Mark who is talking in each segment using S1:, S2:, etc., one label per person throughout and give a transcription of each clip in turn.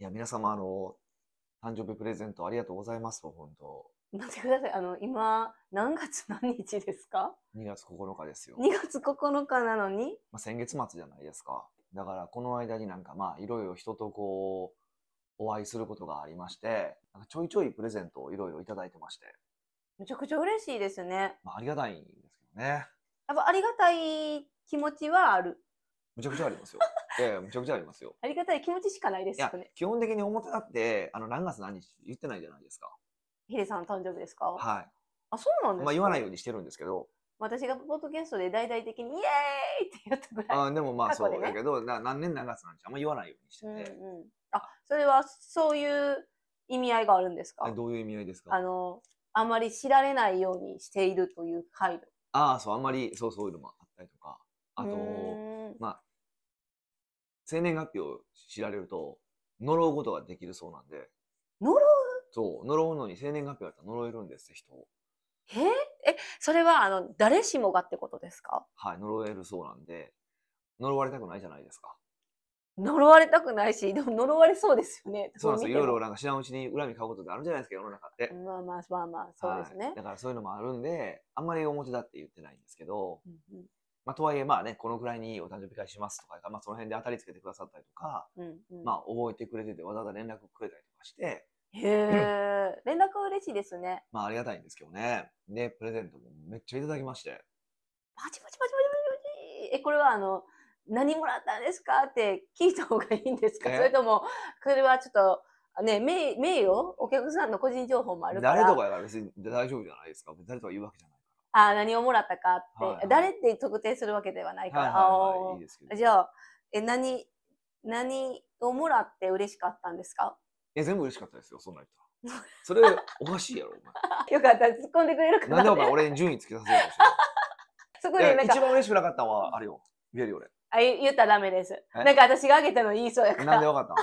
S1: いや、皆様、あの、誕生日プレゼントありがとうございますと、本当。
S2: 待ってください。あの、今、何月 何日ですか
S1: 2月9日ですよ。
S2: ?2 月9日なのに
S1: まあ、先月末じゃないですか。だからこの間になんかまあいろいろ人とこうお会いすることがありまして、なんかちょいちょいプレゼントをいろいろいただいてまして、
S2: めちゃくちゃ嬉しいですね。
S1: まあ、ありがたいんですけどね。
S2: やっぱありがたい気持ちはある。
S1: むちゃくちゃあり ますよ。いやいや、むちゃくちゃありますよ。
S2: ありがたい気持ちしかないで
S1: い
S2: すよ
S1: や
S2: ね。、
S1: 基本的に表だって、あの、何月何日って言ってないじゃないですか。
S2: ヒデさん誕生日ですか、
S1: は
S2: あ、そうなん
S1: い。
S2: ですか
S1: まあ、言わないようにしてるんですけど、
S2: 私がポッドキャストで大々的にイエーイって言ったぐらい。
S1: あーでもまあ
S2: 過
S1: そ
S2: 去で
S1: う
S2: ね
S1: だけど、な何年何月何日あんま言わないようにして
S2: うん
S1: て、
S2: うん。あ、それはそういう意味合いがあるんですか
S1: えどういう意味合いです
S2: あ
S1: か
S2: の、あまり知られないようにしているという配慮。
S1: ああ、そう、あんまりそうそういうのもあったりとか、あと、
S2: うーん
S1: まあ、生年月日を知られると、呪うことができるそうなんで、
S2: 呪う
S1: そう、呪うのに生年月日だったら呪えるんですって人を。
S2: えーえ、それはあの、誰しもがってことですか
S1: はい、呪えるそうなんで、呪われたくないじゃないですか。
S2: 呪われたくないし、でも呪われそうですよね。
S1: そうなんですよ。いろいろ
S2: い
S1: なんか知らんうちに恨み買うことってあるじゃないですか、世の中って。
S2: ろ。まあまあまあまあ、そうですね
S1: はい。だからそういうのもあるんで、あんまり表だって言ってないんですけど、
S2: うん
S1: まあ、とはいえまあね、このくらいにお誕生日会しますとか、まあその辺で当たりつけてくださったりとか、
S2: うんうんうん
S1: まあ覚えてくれててわざわざ連絡くれたりとかして、
S2: へえ、連絡嬉しいですね。
S1: まあありがたいんですけどね。で、プレゼントもめっちゃいただきまして。
S2: パチパチパチパチパチパチえ、これはあの、何もらったんですかって聞いた方がいいんですか
S1: え
S2: それとも、これはちょっと、ね、名名誉お客さんの個人情報もあるから。
S1: 誰とかやから別に大丈夫じゃないですか。誰とか言うわけじゃない
S2: あー何をもらったかって、
S1: はいはい
S2: 誰って特定するわけではないか。
S1: からら。はいはい
S2: あ
S1: はい。
S2: ー
S1: いいですけど。い
S2: じゃあ、え、何、何をもらって嬉しかったんですか
S1: や、全部嬉しかったですよ、そんなん言ったら。それおかしいやろ、お
S2: よかった、突っ込んでくれるか
S1: 前。なんでお
S2: な。
S1: 前俺に順位つけさせようとしてる
S2: そこ
S1: い
S2: で
S1: や
S2: なん
S1: 一
S2: か、
S1: 番嬉しくなかったのは、あれよ。言えるよ、
S2: あ言言ったらダメです。
S1: え
S2: なんか私があげたの言いそうやか
S1: 俺。なんで
S2: ら。
S1: わかっ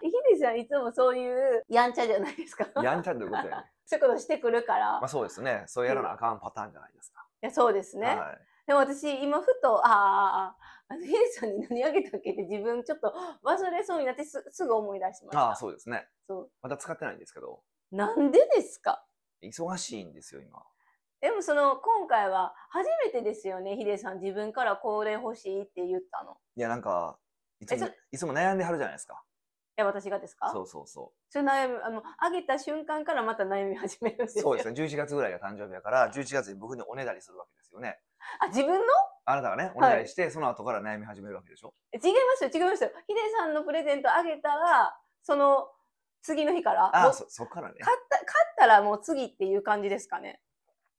S2: ヒデさんいつもそういうやんちゃじゃないですか。
S1: たのやんちゃってことやね。
S2: そういうことしてくるから。
S1: まあそうですね。そうやらなあかんパターンじゃないですか。
S2: いやそうですね。
S1: はい。
S2: でも私今ふと、あーあー、あのヒデさんに何あげたっけって自分ちょっと忘れそうになってすすぐ思い出しました。
S1: ああ、そうですね。
S2: そ
S1: また使ってないんですけど、
S2: う。なんでですか
S1: 忙しいんですよ、今。
S2: でもその今回は初めてですよねヒデさん自分からこれ欲しいって言ったの。
S1: いや、なんか、いつ
S2: えそ
S1: もいつも悩んではるじゃないですか。
S2: え私がですか
S1: そうそうそう。
S2: それ悩みあのあげた瞬間からまた悩み始めるんですよ。
S1: そうですね。11月ぐらいが誕生日だから、11月に僕におねだりするわけですよね。
S2: あ自分の
S1: あなたがね、おねだりして、その後から悩み始めるわけでしょ。
S2: 違いますよ違いますよ。ヒデさんのプレゼントあげたらその次の日から
S1: あ
S2: も
S1: あ、
S2: う
S1: そ、そっからね。
S2: 買った買ったらもう次っていう感じですかね。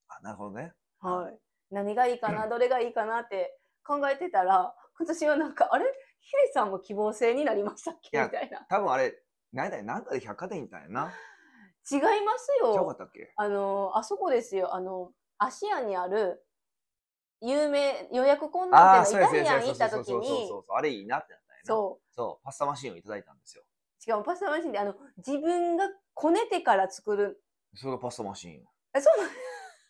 S1: あなるほどね。
S2: はい。何がいい かな、どれがいいかなって考えてたら、今年はなんか、あれヒデさんも希望性になりましたっけ
S1: いや
S2: みたいな。
S1: 多分あれ、何だいなんかで百貨店行ったんやな。
S2: 違います
S1: ちゃうか
S2: よ
S1: っ。たっけ
S2: あの、あそこですよ。あの、芦屋にある、有名、予約困難
S1: ー
S2: 店
S1: そう
S2: の
S1: で
S2: イタ
S1: すね
S2: リア
S1: そうそ
S2: ン行っ
S1: う
S2: た
S1: そう
S2: 時
S1: そうそうそ
S2: に
S1: う、そう。あれいいなってなったんやな。そう。
S2: そう。
S1: パスタマシーンをいただいたんですよ。
S2: しかもパスタマシンで、あの、自分がこねてから作る。
S1: それがパスタマシ ーン。
S2: え、そうなん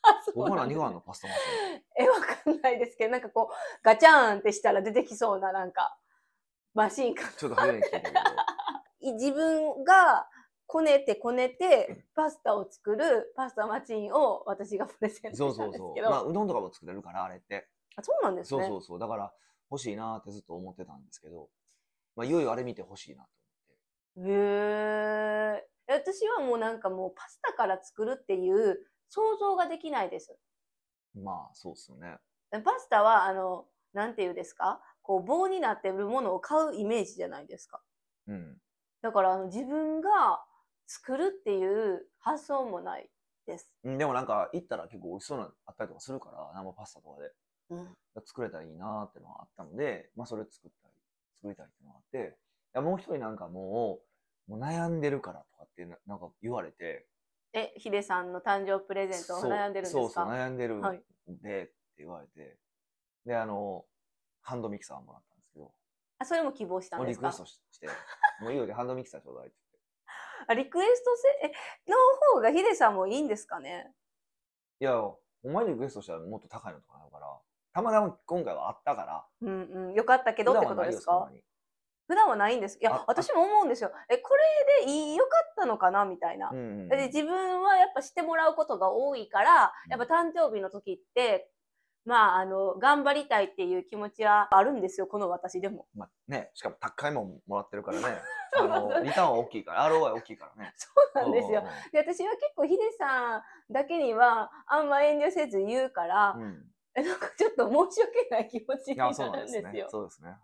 S2: あそう
S1: 他
S2: な
S1: 何
S2: んです
S1: があんのパスタマシーン。
S2: え、わかんないですけど、なんかこう、ガチャーンってしたら出てきそうな、なんか、マシンか
S1: ちょっと初めて聞いたけど。
S2: い自分がこねてこねてパスタを作るパスタマチンを私がプレ ゼント
S1: そう
S2: した
S1: そ
S2: ん
S1: う
S2: です
S1: そ
S2: け
S1: う。
S2: ど
S1: まあ、うどんとかも作れるから、あれって。
S2: あそうなんです
S1: そう
S2: ね
S1: そうそう。だから、欲しいなーってずっと思ってたんですけど、まあ、いよいよあれ見て欲しいなと
S2: へえ私はもうなんかもうパスタから作るっていう想像ができないです
S1: 思って。まあ、そうっすよね。
S2: パスタはあのなんていうんですかこう棒になってるものを買うイメージじゃないですか
S1: うん。
S2: だからあの自分が作るっていう発想もないです、
S1: うんでもなんか行ったら結構美味しそうなのあったりとかするから生パスタとかで作れたらいいなーってのはあったので、まあ、それ作ったり作りたいってのがあっていやもう一人なんかもうもう悩んでるからとかってななんか言われて
S2: えヒデさんの誕生日プレゼントを
S1: そう
S2: 悩んでるんですか
S1: そうそう悩んでるんで、
S2: はい
S1: って言われてであのハンドミキサーもらったんですけど
S2: あ、それも希望した
S1: も
S2: ん
S1: う
S2: で
S1: リ
S2: す
S1: クエ
S2: か
S1: ストししてもういいよでハンドミキサーちょうだいって言って
S2: あリクエストせ、え、の方がヒデさんもいいんですかね
S1: いやお前リクエストしたらもっと高いのとかなるからたまたま今回はあったから
S2: うんうん。よかったけどってことです
S1: 普段は
S2: か
S1: ないよ
S2: 普段はないんです。いや
S1: あ、
S2: 私も思うんですよ。え、これでいい、良かったのかなみたいな
S1: う。んうん
S2: で自分はやっぱしてもらうことが多いから、やっぱ誕生日の時って、まあ、あの、頑張りたいっていう気持ちはあるんですよ、この私でも。。
S1: まあね、しかも高いもんもらってるからね
S2: そうなんです
S1: あのリターンは大きい から、ROI 大きいからね。
S2: そうなんですよ。
S1: う
S2: で、私は結構ヒデさんだけにはあんま遠慮せず言うから、
S1: んうんうん。
S2: え なんかちょっと申し訳ない気持ちに
S1: い
S2: な
S1: や、そうな
S2: る
S1: ん
S2: ん
S1: で
S2: ですす
S1: ね
S2: よ。。
S1: そうですね。はい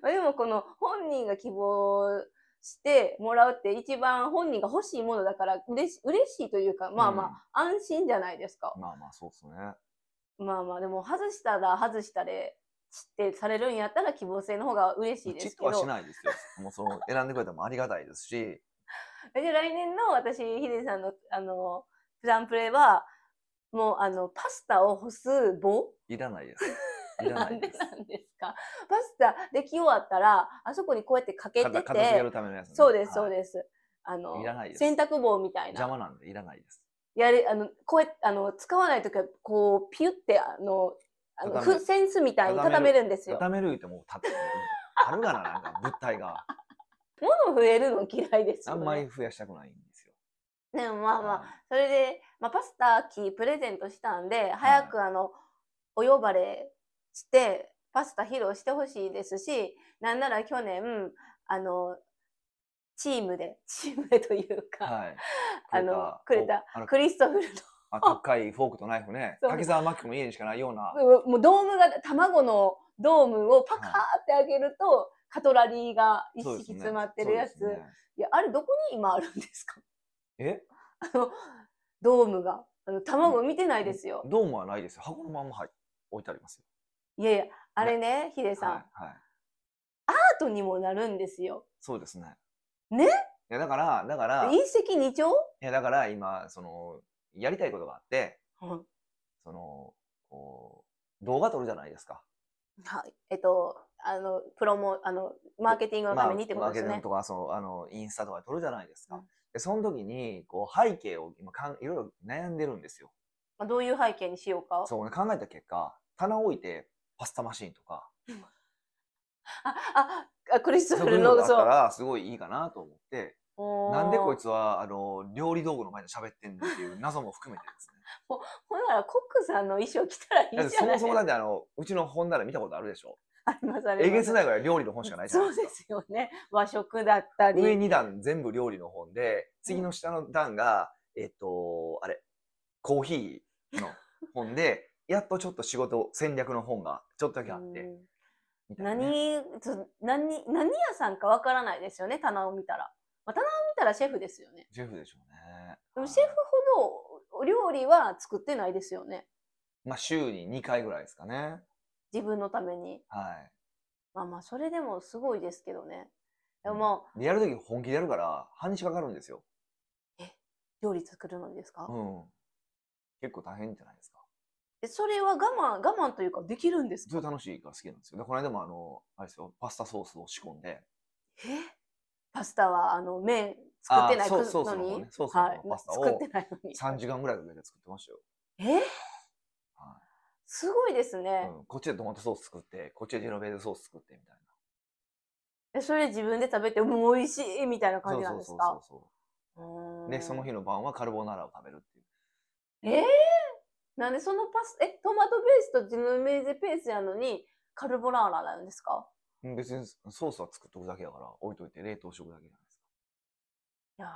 S2: まあでもこの本人が希望してもらうって一番本人が欲しいものだから嬉し嬉しいというかまあまあ安心じゃないですか、
S1: まあまあ、そうですね。
S2: まあまあでも外したら外したでチってされるんやったら希望性の方が嬉しいで
S1: チッ
S2: す
S1: と
S2: け
S1: はし
S2: ど
S1: ないですよ。もうその選んでくれたのもありがたいですし、
S2: えで来年の私ヒデさんのあのプランプレーはもうあのパスタを干す棒
S1: いらないです。いら
S2: な
S1: なんい
S2: で
S1: です。
S2: なんですかパスタでき終わったらあそこにこうやってかけて
S1: 片片付け
S2: て
S1: るためのやつね、
S2: そうですそう
S1: はい
S2: です、あの
S1: いらないです
S2: 洗濯棒みたいな
S1: 邪魔なんでいらないです。
S2: やれあのこうやってあの使わない時はこうピュってあのあの
S1: 畳
S2: ふ
S1: む
S2: センスみたいに
S1: 畳
S2: 畳
S1: め
S2: めるんですよ。
S1: 固める言うても立ってあるがな、なんか物体 が。
S2: 物増えるの嫌いです
S1: あ
S2: よ、
S1: ん
S2: ね。
S1: まり増やしたくないんですよ。
S2: でもまあまあ
S1: あ、
S2: それで、まあ、パスタキープレゼントしたんで早くあの、お呼ばれしてパスタ披露してほしいですしなんなら去年あのチームで チームでというか、
S1: はい。
S2: あのくれた
S1: おあの
S2: クリストフルの
S1: あ高いフォークとナイフね
S2: そう
S1: 滝沢真紀子の家にしかないような
S2: うんもうドームが卵のドームをパカーってあげると、カトラリーが一
S1: そうで
S2: 式
S1: すね
S2: 詰まってるやつ、
S1: そうですね
S2: いやあれどこに今あるんですか
S1: え
S2: あのドームがあの卵見てないですよ、
S1: ドームはないですよ箱のまんまはい置いてありますよ
S2: いやいやあれねヒデさん、
S1: はい、はい、
S2: アートにもなるんですよ
S1: そうですね
S2: ね
S1: いやだからだからい
S2: 一石二鳥、
S1: やだから今そのやりたいことがあって
S2: うん
S1: そのこう動画撮るじゃないですか
S2: はいえっとあのプロモあのマーケティングのためにってこと
S1: マーケ
S2: です
S1: ティン
S2: ね
S1: グ、とかそのあのインスタとかで撮るじゃないですか、
S2: うん
S1: でその時にこう背景を今かんいろいろ悩んでるんですよ
S2: まあ、どういう背景にしようか
S1: そうね考えた結果棚置いてパスタマシーンとか
S2: あああクリストフ
S1: そうい
S2: ル
S1: うの
S2: の
S1: があった
S2: そう
S1: らすごいいいかなと思って なんでこい
S2: つ
S1: つはあの料理道具の前で喋ってんのっていう謎も含めてです ね
S2: ほんならコックさんの衣装着たらいいじ
S1: だ
S2: ゃな
S1: っ
S2: い
S1: てそもそもだってあのうちの本棚見たことあるでしょ
S2: ありますあります。
S1: えげつないぐらい料理の本しかないじゃない
S2: そう
S1: です
S2: で
S1: か
S2: すよね。和食だったり。
S1: 上2段全部料理の本で次の下の段が、えっとあれコーヒーの本で やっとちょっと仕事戦略の本がちょっとだけあって、
S2: うん
S1: みたいなね
S2: 何、ちょ何、何屋さんかわからないですよね、棚を見たら。まあ、棚を見たらシェフですよね。
S1: シェフでしょうね
S2: でもシェフほどお料理は作ってないですよね。
S1: まあ週に2回ぐらいですかね
S2: 自分のために。
S1: はい
S2: まあまあ、それでもすごいですけどね。でも、
S1: でやるとき本気でやるから、半日かかるんですよ。
S2: 料理作るのですか、
S1: うん。結構大変じゃないですか。
S2: でそれは我慢、我慢というか、できるんです
S1: ず
S2: か
S1: っと楽しいから好きなんですよ。で、この間もあの、あれですよ、パスタソースを仕込んで。
S2: えパスタは、あの、麺作ってな
S1: あー
S2: い
S1: そう
S2: くず
S1: そう
S2: の
S1: そう
S2: に、
S1: ねそうそう
S2: はい
S1: パス、タを
S2: 作ってないのに。
S1: 3時間ぐらいかけて作ってましたよ。
S2: え
S1: は
S2: すごいです
S1: い
S2: ね、
S1: うん、こっちでトマトソース作って、こっちでジェノベーゼソース作ってみたいな。
S2: えそれ自分で食べてもう美味しいみたいな感じなんです
S1: そう
S2: か
S1: そうそうそう。
S2: う
S1: で、その
S2: 日
S1: 日の晩はカルボナーラを食べるっていう。
S2: えー、なんでそのパスえトマトベースとジェノベーゼペースやのにカルボナーラなんですか
S1: うん別にソースは作っとくだけだから、置いといて冷凍食だけじゃないです
S2: いや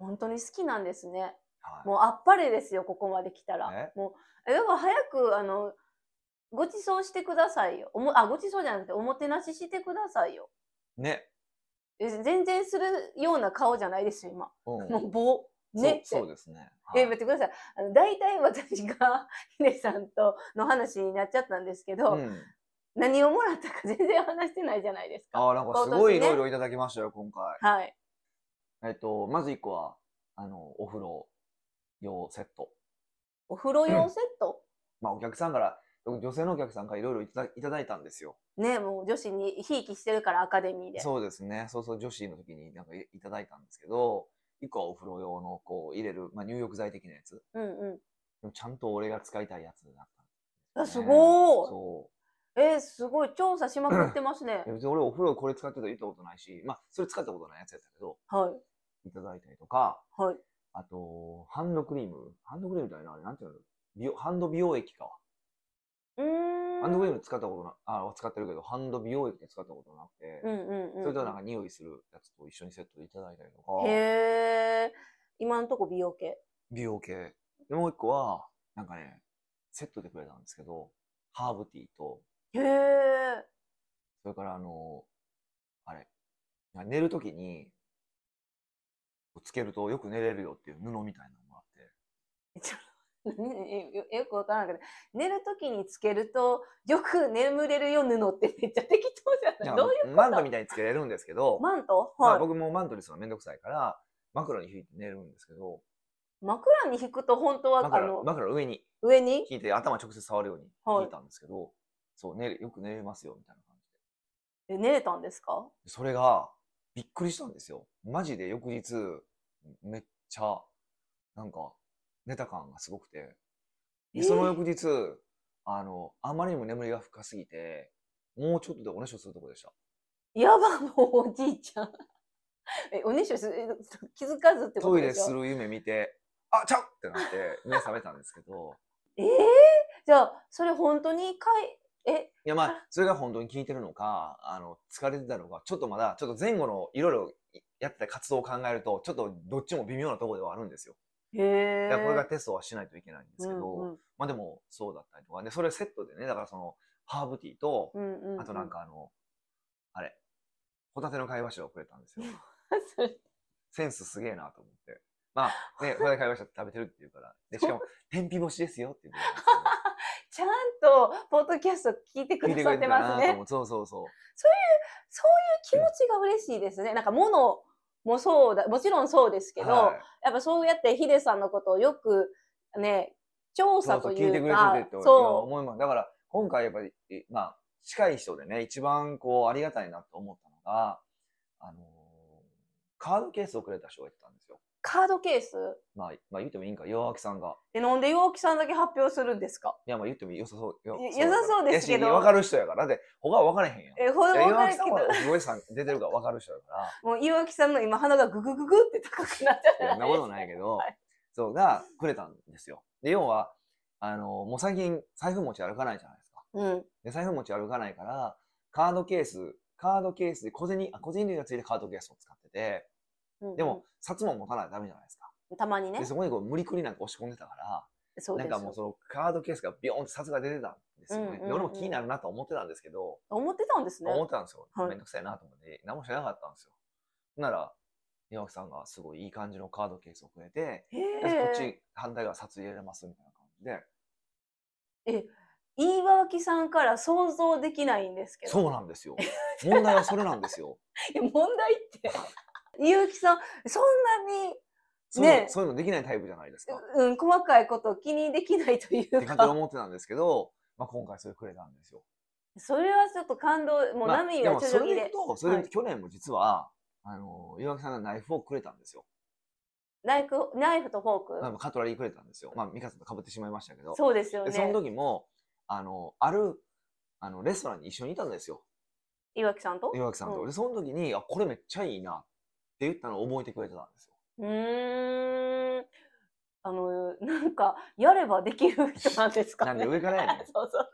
S2: ー本当に好きなんですね
S1: か。はい。
S2: もうあっぱれですよここまで来たら
S1: ね
S2: もうえだから早くあのごちそうしてくださいよおもあごちそうじゃなくておもてなししてくださいよ
S1: ね。
S2: え全然するような顔じゃないですよ今
S1: うん。
S2: もう棒ねって
S1: そうそうですね。
S2: え、
S1: はい
S2: 待ってください。あの、大体私が、 ヒデさんとの話になっちゃったんですけど、
S1: うん
S2: 何をもらったか全然話してないじゃないですか。
S1: ああ、なんかすごいいろいろいただきましたよ、今回。
S2: はい。
S1: えっと、まず1個は、あの、お風呂用セット。
S2: お風呂用セット、
S1: まあ、お客さんから、女性のお客さんからいろいろいただいただいたんですよ。
S2: ね、もう女子にひいきしてるからアカデミーで。
S1: そうですね。そうそう、女子の時になんかいいただいたんですけど、1個はお風呂用の、こう、入れる、まあ、入浴剤的なやつ。
S2: うんうん
S1: でもちゃんと俺が使いたいやつだったんですね、
S2: あ。すごーい。
S1: そ
S2: えーすごい調査しまくってますね
S1: いや。別に俺お風呂これ使ってたと言ったことないし、まあ、それ使ったことないやつやったけど、
S2: はい
S1: ただいたりとか、
S2: いはい。
S1: あと、ハンドクリーム。ハンドクリームじゃないな、あれなんていうの美容ハンド美容液か。
S2: うーん。
S1: ハンドクリーム使ったことな、あ、使ってるけど、ハンド美容液で使ったことなくて、
S2: うんうんうん。
S1: それとなんか匂いするやつと一緒にセットでいただいたりとか、
S2: へえ。今のとこ美容系。
S1: 美容系。で、もう一個は、なんかね、セットでくれたんですけど、ハーブティーと、
S2: へえ。
S1: それからあの、あれ、寝るときに、つけるとよく寝れるよっていう布みたいなのもあって、
S2: ねよよくわからなくて寝るときにつけるとよく眠れるよ布ってめっちゃ適当
S1: じ
S2: じゃな
S1: ゃあ
S2: いどういう
S1: マントみたいにつけれるんですけど、
S2: マント、
S1: ま
S2: は
S1: あ、
S2: い
S1: 僕もマントにするのめんどくさいから、枕に引いて寝るんですけど、
S2: 枕に引くと本当はあ
S1: 枕
S2: の
S1: 枕の上に
S2: 上に
S1: 引いて頭直接触るように
S2: はい
S1: 引いたんですけど、そう寝れ、よく寝れますよみたいな感じ
S2: え寝れたんですか
S1: で。それがびっくりしたんですよ。マジで翌日、めっちゃ、なんか、寝た感がすごくて。でその翌日、あの、あまりにも眠りが深すぎて、もうちょっとでおねしょするとこでした。
S2: やばもうおじいちゃんえおねしょすえ気づかずってこと
S1: トイ
S2: で
S1: レ
S2: しょ
S1: する夢見て、あ、ちゃうってなって、目覚めたんですけど、
S2: えー、じゃあそれ本当にかいえ
S1: いやまあ、それが本当に効いてるのか、あの、疲れてたのか、ちょっとまだ、ちょっと前後のいろいろやってた活動を考えると、ちょっとどっちも微妙なところではあるんですよ。
S2: へ
S1: だか
S2: え
S1: らこれがテストはしないといけないんですけど、
S2: うんうん
S1: まあでもそうだったりとか、で、それセットでね、だからその、ハーブティーと、
S2: うんうう
S1: あとなんかあの、あれ、ホタテの貝柱をくれたん ですよ。
S2: それ
S1: センスすげえなと思って。まあ、ね、ホタテの貝柱って食べてるって言うから。で、し かも、天日干しですよって言ってたんですけど
S2: ちゃんとポッドキャスト聞いてく
S1: 聞いて
S2: だ さ
S1: く
S2: っ
S1: れ
S2: て
S1: てた
S2: ます
S1: なと
S2: ね
S1: 思う。そうそうそう。
S2: そういう気持ちが嬉しいですね。なんか物もそうだ、もちろんそうですけど、
S1: はい
S2: やっぱそうやってヒデさんのことをよくね、調
S1: そ
S2: 査
S1: うそう
S2: とい
S1: 聞いてく
S2: う
S1: れてて
S2: か
S1: って、
S2: そ
S1: 思います。だから、今回やっぱり、えまあ、近い人でね、一番こう、ありがたいなと思ったのが、あのーカードケースをくれた人がいてたんですよ。
S2: う、カードケース。
S1: まあ、まあ言ってもいいんか、岩脇さんが。
S2: で、なんで陽気さんだけ発表するんですか
S1: いや、まあ言っても良さそう。よ
S2: い良さそうですけど
S1: 分かる人やから。だって、他は分からへんやん。
S2: え、ほん
S1: いや
S2: わ
S1: 岩
S2: かる
S1: 脇
S2: けど
S1: さん、は、すごいさん出てるから分かる人やから。
S2: もう岩木さんの今鼻がググググって高くなっちゃっ
S1: い
S2: た
S1: やそんなことないけど、そう、がくれたんですよ。で、要は、あのーもう最近、財布持ち歩かないじゃないですか。
S2: うん。
S1: で、財布持ち歩かないから、カードケース、カードケースで小銭、あ小銭類がついてカードケースを使ってて、
S2: うん
S1: でも、札も持たないとダメじゃないですか。
S2: うん、たまにね
S1: で、。そこにこう無理くりなんか押し込んでたから、
S2: そう
S1: な
S2: で
S1: ん
S2: す
S1: かもうそのカードケースがビヨーンって札が出てたんですよね。
S2: うんうんうん
S1: で俺も気になるなと思ってたんですけど、
S2: 思ってたんですね。
S1: 思ってたんですよ。
S2: はい
S1: めんどくさいなと思って、何もしなかったんですよ。なら、岩木さんがすごいいい感じのカードケースをくれて、で
S2: へ
S1: こっ
S2: え。
S1: ち反対側札入れれますみたいな感じで、
S2: 岩木さんから想像できないんですけど。
S1: そうなんですよ。問題はそれなんですよ。
S2: いや問題って 結城さんそんなに
S1: そういうの
S2: ねえ
S1: そういうのできないタイプじゃないですか。
S2: ううん細かいことを気にできないとい
S1: って感
S2: う
S1: じで
S2: か
S1: 思ってたんですけど、まあ、今回それくれたんですよ。
S2: それはちょっと感動もう
S1: まあ
S2: 涙
S1: も
S2: ちょ
S1: そ
S2: ちょ
S1: れ
S2: ぎ
S1: でい
S2: で
S1: くと、それでい
S2: は
S1: くと去年も実は、あの、岩木さんがナイフをくれたんですよ。
S2: ナイフナイフとフォ
S1: まあ
S2: ーク
S1: カトラリーくれたんですよ。まあ、ミカさんと被ってしまいましたけど。
S2: そうですよ
S1: でその
S2: ね
S1: 時も、あの、ある、あの、レストランに一緒にいたんですよ。
S2: 岩城さんと
S1: 岩木さんと。
S2: うん
S1: で、その時に、あ、これめっちゃいいなって言ったのを覚えてくれてたんですよ。
S2: うーんあのなんかやればできる人なんですか、ね、
S1: なんで上からや ねん
S2: そうそう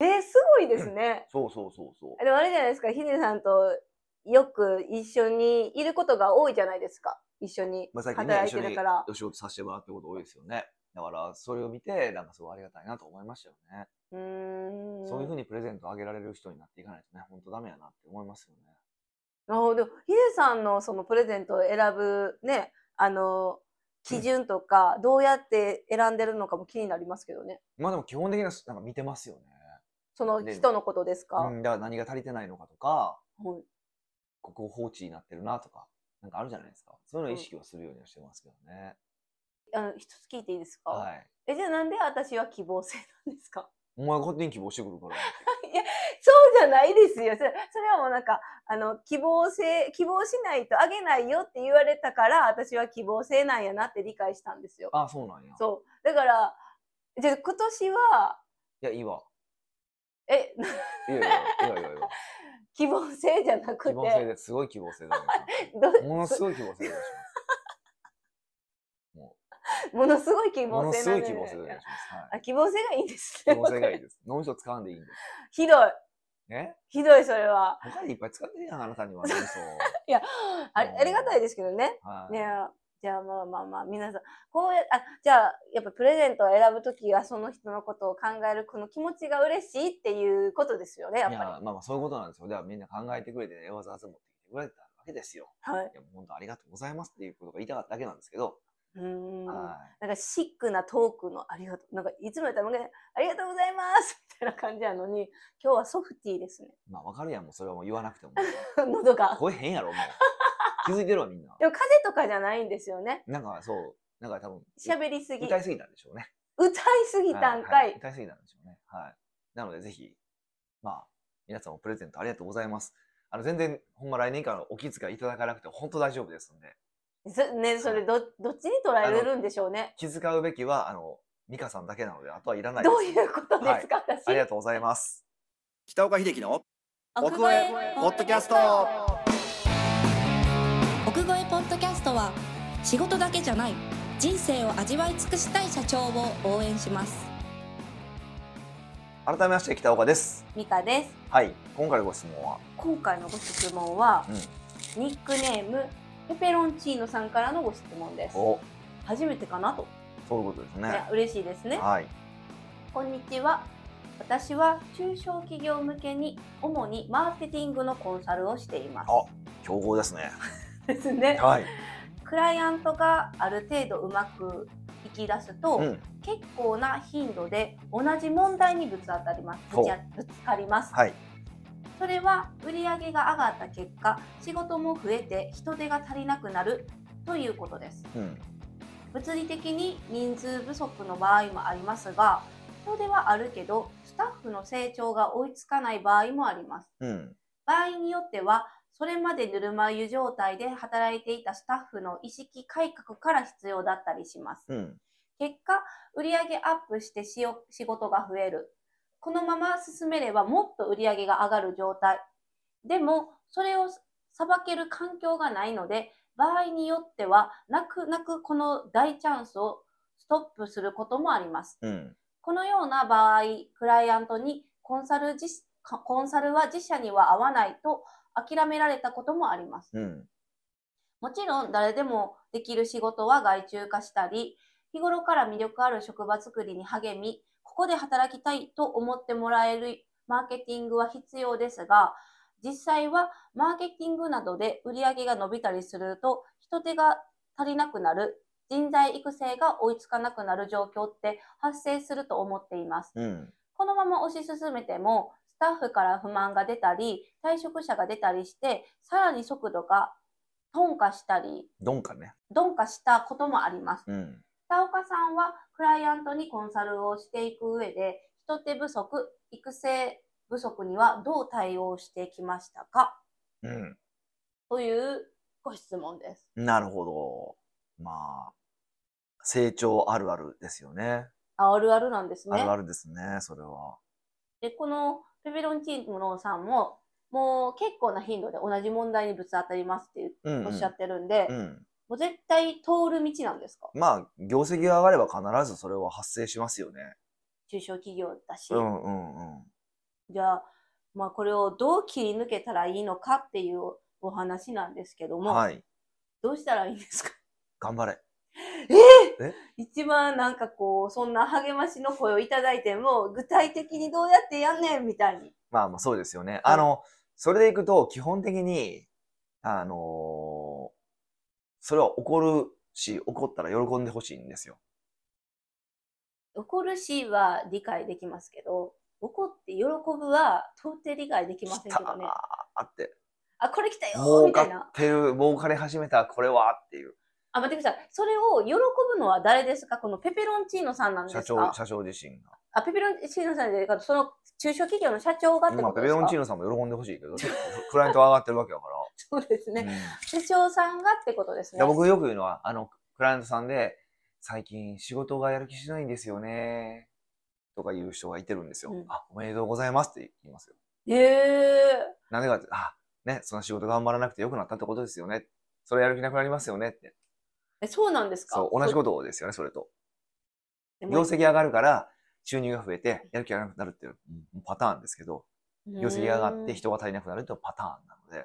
S2: えーすごいですね
S1: そうそうそうそう。
S2: でもあれじゃないですかヒデさんとよく一緒にいることが多いじゃないですか一緒に
S1: まあ、最近ね、
S2: 働
S1: 一
S2: い
S1: 緒
S2: て
S1: に
S2: るから、
S1: お仕事させてもらってること多いですよね。だから、それを見て、なんかすごいありがたいなと思いましたよね。
S2: うーん
S1: そういうふうにプレゼントあげられる人になっていかないとね、本当ダメやなって思いますよね。
S2: なるほど。ヒデさんのそのプレゼントを選ぶね、あの、基準とか、どうやって選んでるのかも気になりますけどね。
S1: まあでも基本的にはなんか見てますよね。
S2: その
S1: ね
S2: 人のことですか、
S1: うん、だから何が足りてないのかとか、
S2: はい
S1: ここ放置になってるなとか、なんかあるじゃないですか。そういうのを意識をするようにはしてますけどね。
S2: あの、一つ聞いていいですか、
S1: はい。
S2: え、じゃあなんで私は希望性なんですか
S1: お前が勝手に希望してくるから。
S2: そうじゃないですよ。それそれはもうなんか、あの、希望性、希望しないとあげないよって言われたから、私は希望性なんやなって理解したんですよ。
S1: ああ、そうなんや。
S2: そう。だから、じゃあ今年は、
S1: いや、いいわ。
S2: え、
S1: いやいやいやいやいやいや。
S2: 希望性じゃなく
S1: 希望性
S2: て、
S1: ですごい希望性だね。
S2: ど
S1: ものす
S2: す
S1: ごい希望性だし
S2: ものすごい 希
S1: ます。も
S2: 望
S1: の
S2: 性
S1: す
S2: な
S1: ごい
S2: んで
S1: 希望性だね。は
S2: あ
S1: い
S2: 希望性がいいんです
S1: 希
S2: ね。
S1: 望性がいいです。脳みそ使わんでいいんです。
S2: ひどい。
S1: ね
S2: ひどい、それは。
S1: 他にいっぱい使ってるやん、あなたには脳みそを。
S2: いや、あり
S1: うん
S2: ありがたいですけどね。
S1: はい。
S2: ねじゃあまあまあまあ、皆さん、こうや、あ、じゃあ、やっぱプレゼントを選ぶときはその人のことを考える、この気持ちが嬉しいっていうことですよね、やっ
S1: いや
S2: ぱり。
S1: まあまあそういうことなんですよ。ではみんな考えてくれて、ね、わざわざ持ってきてくれたわけですよ。
S2: はい
S1: い。やもう本当ありがとうございますっていうことが言いたかっただけなんですけど。
S2: うーん。
S1: は
S2: なんかシックなトークのありがとう。なんかいつもやったら、ありがとうございますみたいな感じやのに、今日はソフティーですね。
S1: い。まあわかるやん、もうそれはもう言わな くても。
S2: 喉が。
S1: 声変やろ、もう。気づいてるわ、みんな。
S2: でも風邪とかじゃないんですよね。
S1: なんかそう、なんか多分、
S2: 喋りすぎ。
S1: 歌
S2: 歌
S1: い
S2: い
S1: すぎたんでしょうね。
S2: すぎたん
S1: は
S2: か
S1: いはい
S2: い。
S1: 歌いすぎたんでしょうね。はい。なのでぜひ、まあ、皆さんもプレゼントありがとうございます。あの、全然、ほんま来年からのお気遣いいただかなくて本当大丈夫ですんで、
S2: そね、それど、どっちに捉えれるんでしょうね。
S1: 気遣うべきは、あの、美香さんだけなので、あとはいらないです
S2: どういうことですか、私。
S1: ありがとうございます。
S3: 北岡秀樹の奥越えポッドキャスト
S4: 奥越えポッドキャストは仕事だけじゃない人生を味わい尽くしたい社長を応援します
S1: 改めまして北岡です。
S2: ミカです。
S1: はい、今回のご質問は、
S2: 今回のご質問は、ニックネーム、ペペロンチーノさんからのご質問です。
S1: お、
S2: 初めてかなと。
S1: そういうことです
S2: い
S1: ね
S2: や。嬉しいですね。
S1: はい、
S2: こんにちは。私は中小企業向けに主にマーケティングのコンサルをしています。
S1: あ強豪ですね。
S2: ですね。
S1: はい、
S2: クライアントがある程度うまくいき出すと、
S1: うん、
S2: 結構な頻度で同じ問題にぶつ当たります。ぶちあぶつかります。
S1: はい、
S2: それは売り上げが上がった結果、仕事も増えて人手が足りなくなるということです。
S1: うん、
S2: 物理的に人数不足の場合もありますが、人手はあるけど、スタッフの成長が追いつかない場合もあります。
S1: うん、
S2: 場合によっては、それまでぬるま湯状態で働いていたスタッフの意識改革から必要だったりします。
S1: うん、
S2: 結果、売上アップしてしよ仕事が増える。このまま進めればもっと売上が上がる状態。でも、それをさばける環境がないので、場合によっては、泣く泣くこの大チャンスをストップすることもあります。
S1: うん、
S2: このような場合、クライアントにコンサル自コンサルは自社には合わないと諦められたこともあります。
S1: うん、
S2: もちろん誰でもできる仕事は外注化したり、日頃から魅力ある職場作りに励み、ここで働きたいと思ってもらえるマーケティングは必要ですが、実際はマーケティングなどで売り上げが伸びたりすると、人手が足りなくなる、人材育成が追いつかなくなる状況って発生すると思っています。
S1: うん、
S2: このまま推し進めても、スタッフから不満が出たり、退職者が出たりして、さらに速度が鈍化したり、
S1: 鈍感ね。
S2: 鈍化したこともあります。
S1: うん、
S2: 田岡さんは、クライアントにコンサルをしていく上で、人手不足、育成不足にはどう対応してきましたか
S1: うん、
S2: というご質問です。
S1: なるほど。まあ、成長あるあるですよね。
S2: ああるあるなんです
S1: あ
S2: ね
S1: る。あるですね、それは。
S2: で、このペペロンチーノさんも、もう結構な頻度で同じ問題にぶつ当たりますっていう
S1: うん、うん
S2: おっしゃってるんで、
S1: うん。
S2: もう絶対通る道なんですか
S1: まあ、業績が上がれば必ずそれは発生しますよね。
S2: 中小企業だし、
S1: うん、うん、うん。
S2: じゃあ、まあ、これをどう切り抜けたらいいのかっていうお話なんですけども、
S1: はい、
S2: どうしたらいいんですか
S1: 頑張れ。
S2: 一番なんかこうそんな励ましの声をいただいても具体的にどうやってやんねんみたいに。
S1: まあまあそうですよね。あの、それでいくと基本的に、あのーそれは怒るし、怒ったら喜んでほしいんですよ。
S2: 怒るしは理解できますけど怒って喜ぶは到底理解できませんけどね
S1: 来たーって、
S2: あこれ来たよー
S1: 儲
S2: みた
S1: か
S2: いな
S1: ってる、儲かり始めた、これはっていう。
S2: あ待ってくださいそれを喜ぶのは誰ですかこのペペロンチーノさんなんです
S1: 社
S2: か
S1: 長、社長自身が。
S2: あ、ペペロンチーノさんで、その中小企業の社長がって
S1: ま
S2: こ
S1: あ、
S2: と
S1: ペ
S2: で
S1: ペ
S2: すか
S1: ロンチーノさんも喜んでほしいけど、クライアントは上がってるわけだか
S2: そうです
S1: ら。
S2: ね。
S1: うん
S2: 社長さんがってことですね
S1: で。僕よく言うのは、あの、クライアントさんで、最近仕事がやる気しないんですよね。とかいう人がいてるんですよ。
S2: うん
S1: あ、おめでとうございますって言いますよ。
S2: ええ
S1: なんでかって、あ、ね、その仕事頑張らなくてよくなったってことですよね。それやる気なくなりますよねって。
S2: え、そうなんですか
S1: そう、同じことですよね、それと。
S2: と
S1: 業績上がるから収入が増えて、やる気がなくなるっていううんパターンですけど、業績が上がって。人が足りなくなるっていうパターンなので、
S2: うん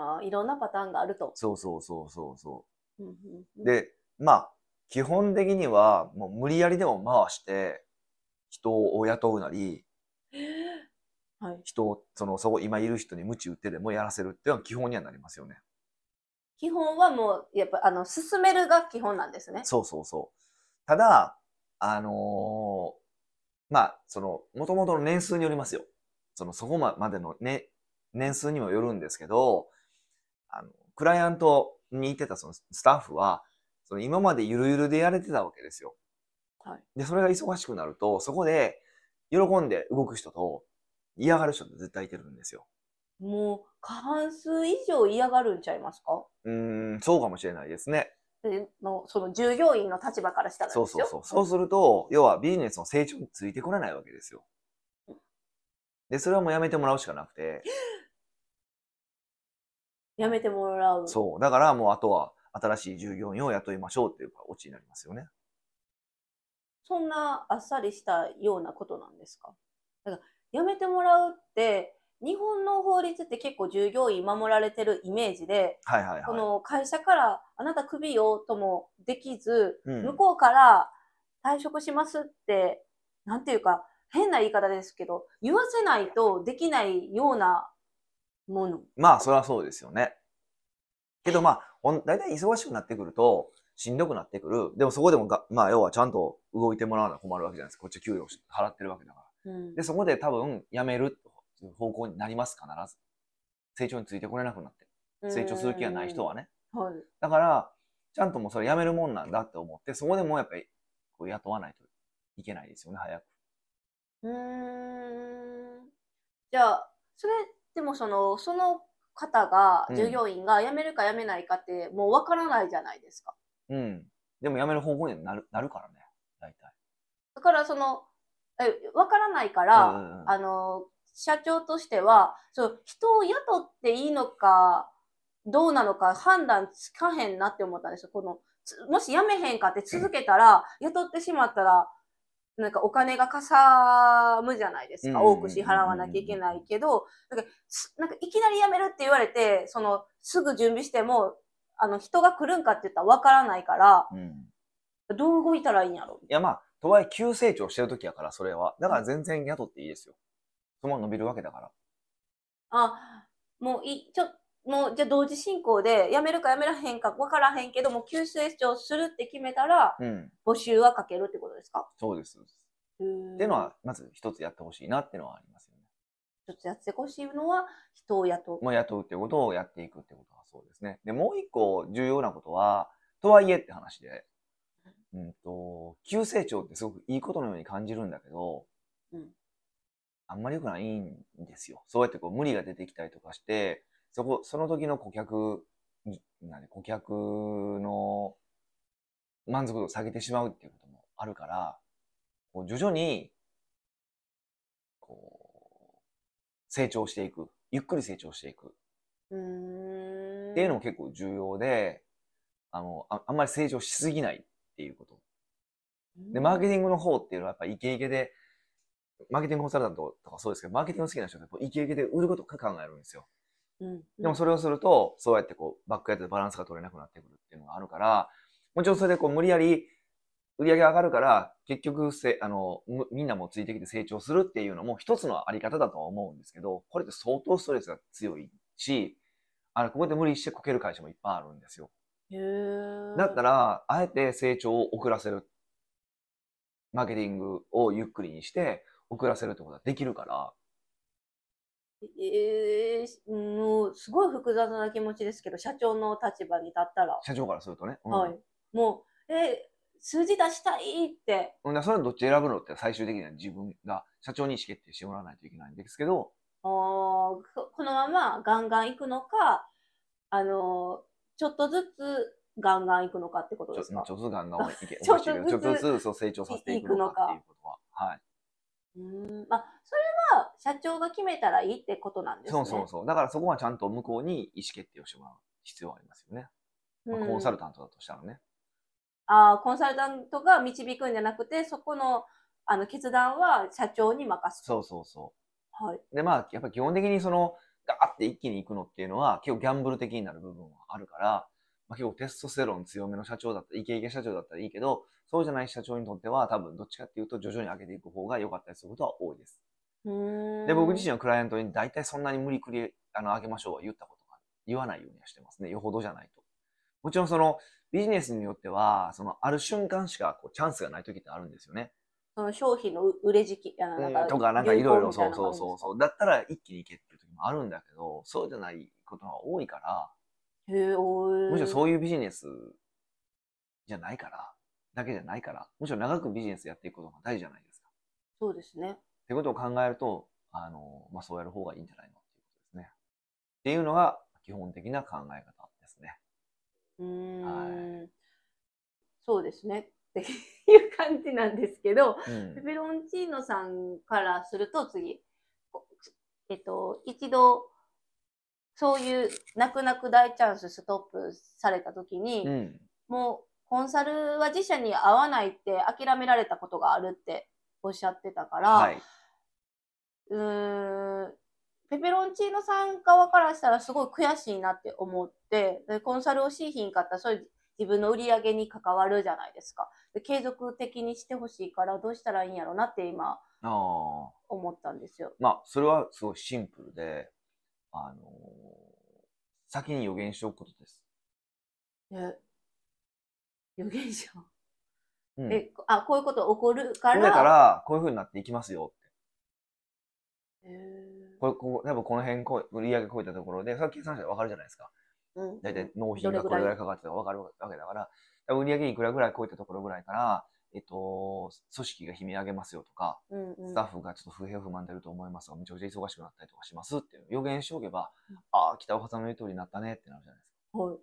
S2: あーいろんなパターンがあると。
S1: そうそうそうそうそ
S2: うんうんう
S1: う。
S2: ん、
S1: で、まあ、基本的には、もう無理やりでも回して、人を雇うなり、
S2: はい、
S1: 人を、その、そこ、今いる人に鞭打ってでもやらせるっていうのは基本にはなりますよね。
S2: 基本はもう、やっぱ、あの、進めるが基本なんですね。
S1: そうそうそう。ただ、あのーまあ、その、もともとの年数によりますよ。その、そこままでのね、年数にもよるんですけど、あの、クライアントにいてたそのスタッフは、その今までゆるゆるでやれてたわけですよ。
S2: はい
S1: で、それが忙しくなると、そこで、喜んで動く人と、嫌がる人って絶対いてるんですよ。
S2: もう、過半数以上嫌がるんちゃいますか
S1: うーん、そうかもしれないですね。
S2: でのその従業員の立場からしたらです
S1: そ
S2: よ。
S1: うそうそう。そうすると、要はビジネスの成長についてこれないわけですよ。で、それはもうやめてもらうしかなくて、
S2: やめてもらう。
S1: そう。だからもうあとは新しい従業員を雇いましょうっていうオチになりますよね。
S2: そんなあっさりしたようなことなんですかだからやめてもらうって日本の法律って結構従業員守られてるイメージで、
S1: はいはい
S2: こ
S1: は
S2: の会社からあなたクビよともできず、
S1: うん
S2: 向こうから退職しますってなんていうか変な言い方ですけど言わせないとできないようなもの。
S1: い。まあ、それはそうですよね。けどまあ、ほん大体忙しくなってくると、しんどくなってくる。でもそこでもが、まあ、要はちゃんと動いてもらわな困るわけじゃないですか。こっち給料し払ってるわけだから。
S2: うん
S1: で、そこで多分辞めるという方向になります、必ず。成長についてこれなくなって。成長する気がない人はね。
S2: うん。はい
S1: だから、ちゃんともうそれやめるもんなんだって思って、そこでもうやっぱりこう雇わないといけないですよね、早く。
S2: うーんじゃあ、それ、でもその、その方が
S1: う、ん
S2: 従業員が辞めるか辞めないかって、もうわからないじゃないですか。
S1: うん。でもやめる方向になるなるからね、大体。
S2: だから、その、え、わからないか
S1: うん
S2: ら、
S1: うんうん
S2: あの、社長としては、そう、人を雇っていいのか、どうなのか判断つかへんなって思ったんですよ。この、つもし辞めへんかって続けたら、雇ってしまったら、なんかお金がかさむじゃないですか。
S1: うんうんう
S2: 多
S1: ん
S2: く支払わなきゃいけないけど、なんか、すなんかいきなり辞めるって言われて、その、すぐ準備しても、あの、人が来るんかって言ったらわからないから、
S1: うん。い
S2: どう動いたらいいんやろ。
S1: やまあ、とはいえ急成長してる時やから、それは。だから全然雇っていいですよ。そのまま伸びるわけだから。
S2: あ、もうい、ちょ、もう、じゃあ同時進行で、辞めるか辞めらへんか分からへんけども、急成長するって決めたら、
S1: うん。
S2: 募集はかけるってことですか
S1: そうです。っ
S2: うーん
S1: ていうのは、まず一つやってほしいなっていうのはありますよね。
S2: ちょっとやってほしいのは、人を雇う。
S1: もう雇うっていうことをやっていくってことはそうですね。で、もう一個重要なことは、とはいえって話で、うんと、急成長ってすごくいいことのように感じるんだけど、
S2: うん
S1: あんまり良くないんですよ。そうやってこう無理が出てきたりとかして、そこ、その時の顧客に、なんで顧客の満足度を下げてしまうっていうこともあるから、こう徐々に、こう、成長していく。ゆっくり成長していく。
S2: うーん。
S1: っていうのも結構重要で、あの、ああんまり成長しすぎないっていうこと。で、マーケティングの方っていうのはやっぱイケイケで、マーケティングコンサルタントとかそうですけど、マーケティング好きな人ってこうイケイケで売ることか考えるんですよ。
S2: うん。
S1: でもそれをすると、そうやってこう、バックヤードでバランスが取れなくなってくるっていうのがあるから、もちろんそれでこう、無理やり、売り上げ上がるから、結局せ、あの、むみんなもついてきて成長するっていうのも一つのあり方だとは思うんですけど、これって相当ストレスが強いし、あの、ここで無理してこける会社もいっぱいあるんですよ。
S2: へー
S1: だったら、あえて成長を遅らせる。マーケティングをゆっくりにして、遅らせるってことはできるから、
S2: えー、もう、すごい複雑な気持ちですけど、社長の立場に立ったら、
S1: 社長からするとね。うん
S2: はい。もう、えー、数字出したいって、
S1: ほんで、それどっち選ぶのって最終的には自分が社長に意思決定してもらわないといけないんですけど、
S2: あーここのままガンガン行くのか、あのーちょっとずつガンガン行くのかってこと
S1: ちょ
S2: です
S1: ちょ
S2: か
S1: っ。とずつガンガン追いていけ
S2: ちょっとずつ
S1: 追いていけるちょっとずつそう成長させていくのかっていうことは。はい。
S2: うんまあ、それは社長が決めたらいいってことなんですね。
S1: そうそうそう。だからそこはちゃんと向こうに意思決定をしてもらう必要はありますよね。まあ
S2: うん
S1: コンサルタントだとしたらね。
S2: あーコンサルタントが導くんじゃなくて、そこのあの決断は社長に任す。
S1: そうそうそ
S2: はい。
S1: う。で、まあ、やっぱり基本的にその、ガーって一気に行くのっていうのは、結構ギャンブル的になる部分はあるから、まあ、結構テストステロン強めの社長だったり、イケイケ社長だったらいいけど、そうじゃない社長にとっては、多分どっちかっていうと徐々に上げていく方が良かったりすることは多いです。で、
S2: で
S1: 僕自身のクライアントに大体そんなに無理くり、あの、上げましょうは言ったことが言わないようにはしてますね。よほどじゃないと。もちろんその、ビジネスによっては、その、ある瞬間しかこうチャンスがない時ってあるんですよね。
S2: その商品の売れ時期あの
S1: うんとか、なんかいろいろ、そう
S2: 流行
S1: そ
S2: 語
S1: うそうそう。
S2: みたいなのがあるんですか
S1: だったら一気にいけっていう時もあるんだけど、そうじゃないことが多いから、
S2: へえ、おー
S1: むしろそういうビジネスじゃないから、だけじゃないから、むしろ長くビジネスやっていくことが大事じゃないですか。
S2: そうですね。
S1: ってことを考えると、あの、まあ、そうやる方がいいんじゃないのっていうことですね。っていうのが基本的な考え方ですね。
S2: うーん、そうですね。っていう感じなんですけど、ペペロンチーノさんからすると次、こえっと、一度、そういう泣く泣く大チャンスストップされた時に、
S1: うん。うん。
S2: もうコンサルは自社に合わないって諦められたことがあるっておっしゃってたから、
S1: はい。
S2: うーんペペロンチーノさん側からしたらすごい悔しいなって思って、でコンサルをしひんかったら、そういう自分の売り上げに関わるじゃないですか。で継続的にしてほしいから、どうしたらいいんやろうなって今
S1: ああ。
S2: 思ったんですよ。
S1: まあ、それはすごいシンプルで、あの先に予言しておくことです。
S2: え予言者、
S1: うん。
S2: え、あ、こういうこと起こるか
S1: こ
S2: ら。
S1: れだから、こういう風になっていきますよって。
S2: へー
S1: これ、ここ、多分この辺こう、売り上げ超えたところで、それは計算したらわかるじゃないですか。
S2: うん
S1: 大体納品がこれぐらいかかってたらわかるわけだから、多分売り上げいくらぐらい超えたところぐらいから、えっと、組織が悲鳴上げますよとか、
S2: うんうん
S1: スタッフがちょっと不平不満出ると思いますが、めちゃくちゃ忙しくなったりとかしますっていう予言しておけば、ああ、北岡さんの言う通りになったねってなるじゃないです
S2: はい
S1: か。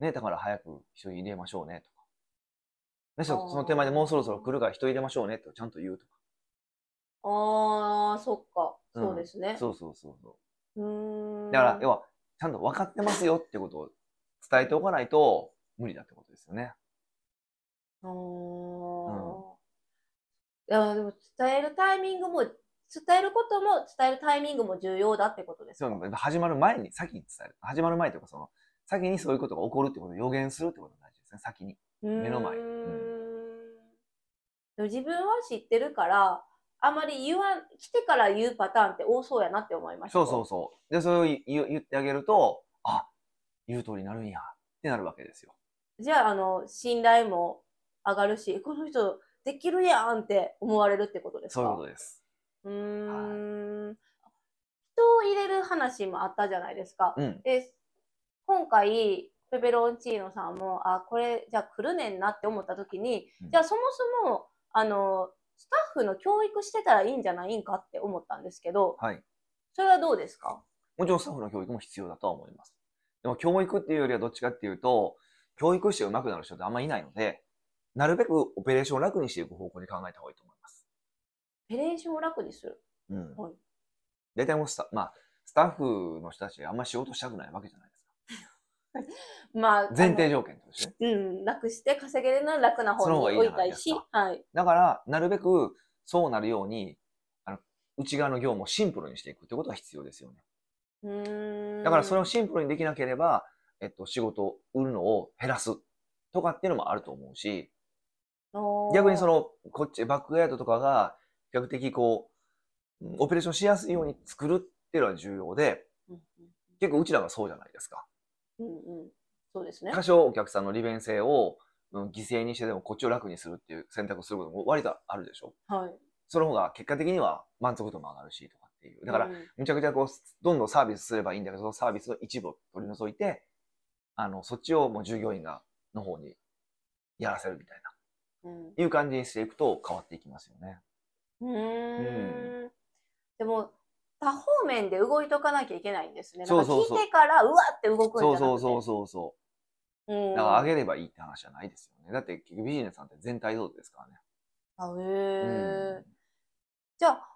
S1: ね、だから早く人入れましょうねとか。で、そ
S2: あー
S1: その手前でもうそろそろ来るから人入れましょうねとちゃんと言うとか。
S2: ああ、そっか。
S1: うん
S2: そうですね。
S1: そうそうそうそう
S2: ー
S1: う。
S2: ん
S1: だから、要は、ちゃんと分かってますよってことを伝えておかないと無理だってことですよね。
S2: あーいやでも伝えるタイミングも伝えることも伝えるタイミングも重要だってことです
S1: そ
S2: か
S1: う始まる前に、先に伝える。始まる前というか、その、先にそういうことが起こるってことを予言するってことが大事ですね、先に。目の前
S2: うーん
S1: う
S2: でも自分は知ってるからあまり言わん来てから言うパターンって多そうやなって思いました
S1: そうそうそう。で、それを言言言ってあげると、あ、言う通りになるんや、ってなるわけですよ。
S2: じゃああの信頼も上がるしこの人できるやんって思われるってことですか
S1: そういうことです。
S2: うーん人を入れる話もあったじゃないですか
S1: うん。
S2: で今回ペペロンチーノさんもあこれじゃあ来るねんなって思った時に、
S1: うん
S2: じゃあそもそもあのスタッフの教育してたらいいんじゃないんかって思ったんですけど
S1: はい。
S2: それはどうですか
S1: もちろんスタッフの教育も必要だとは思います。でも教育っていうよりはどっちかっていうと、教育して上手くなる人ってあんまりいないので、なるべくオペレーションを楽にしていく方向に考えた方がいいと思います。
S2: ペレーションを楽にする。
S1: うん。
S2: はい
S1: 大体もうスタ、まあ、スタッフの人たちあんまり仕事したくないわけじゃないですか。
S2: まあ、
S1: 前提条件としてね。
S2: あのうん、楽して稼げるなら楽な方
S1: そ
S2: に
S1: の方がいいじ
S2: 置い
S1: ゃな
S2: た
S1: い
S2: い
S1: です
S2: し
S1: か、
S2: はい。
S1: だから、なるべくそうなるように、あの、内側の業務をシンプルにしていくってことが必要ですよね。
S2: うーん
S1: だからそれをシンプルにできなければ、えっと、仕事を売るのを減らすとかっていうのもあると思うし、逆にその、こっち、バックヤードとかが、比較的こう、うんオペレーションしやすいように作るっていうのは重要で、
S2: うん、
S1: 結構うちらがそうじゃないですか。
S2: うんうん、そうですね。
S1: 多少お客さんの利便性を、うん犠牲にしてでもこっちを楽にするっていう選択をすることも割とあるでしょ。
S2: はい。
S1: その方が結果的には満足度も上がるしとかっていう。だから
S2: うん、
S1: むちゃくちゃこう、どんどんサービスすればいいんだけど、そのサービスの一部を取り除いて、あの、そっちをもう従業員が、の方にやらせるみたい
S2: うん
S1: な、いう感じにしていくと変わっていきますよね。
S2: うーんでも多方面で動いとかなきゃいけないんですね。
S1: そうそうそう
S2: なんか聞いてからうわって動くんじゃ
S1: そ
S2: な
S1: う
S2: くて
S1: そうそうそうそう。
S2: うん。
S1: だから上げればいいって話じゃないですよね。だって結局ビジネスなんて全体像ですからね。
S2: あ、へ
S1: う
S2: え
S1: ん。
S2: じゃあ、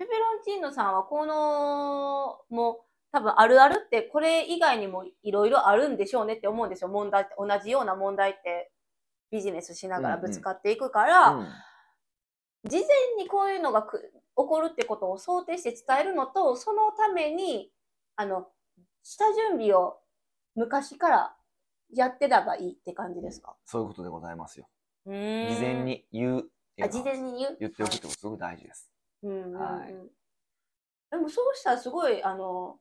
S2: ペペロンチーノさんはこの、もう多分あるあるって、これ以外にもいろいろあるんでしょうねって思うんですよ。問題って、同じような問題ってビジネスしながらぶつかっていくから、
S1: うん
S2: 事前にこういうのがく起こるってことを想定して伝えるのと、そのために、あの、下準備を昔からやってたばいいって感じですか
S1: そういうことでございますよ。
S2: 事
S1: 事前。に言うっていうの
S2: あ、
S1: は
S2: 事前に言う
S1: 言っておくってことすごく大事です。
S2: うんうんうん
S1: はい
S2: でもそうしたらすごいあの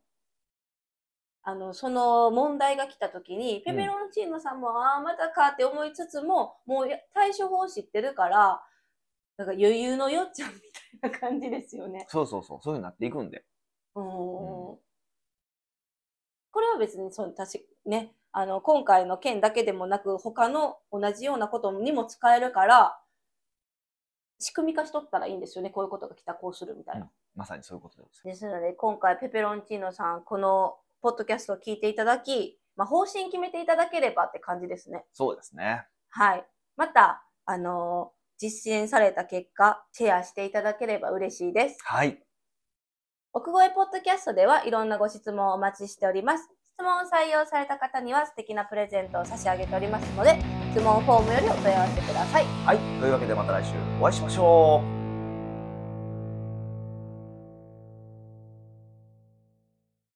S2: あのその問題が来た時にペペロンチーノさんも、ああまたかって思いつつももうや対処法知ってるからなんか余裕のよっちゃんみたいな感じですよね。
S1: そうそうそう、そういうふうになっていくんで。
S2: うん
S1: う
S2: これは別にそのたし、ね、あの今回の件だけでもなく他の同じようなことにも使えるから仕組み化しとったらいいんですよねこういうことが来たこうするみたいな。
S1: まさにそういうことでござい
S2: ですので、今回、ペペロンチーノさん、このポッドキャストを聞いていただき、まあ、方針決めていただければって感じですね。
S1: ます。そうですね。
S2: はい。また、あのー実践された結果、シェアしていただければ嬉しいです。
S1: はい。
S2: 奥越えポッドキャストではいろんなご質問をお待ちしております。質問を採用された方には素敵なプレゼントを差し上げておりますので、質問フォームよりお問い合わせください。
S1: はい。というわけでまた来週お会いしましょう。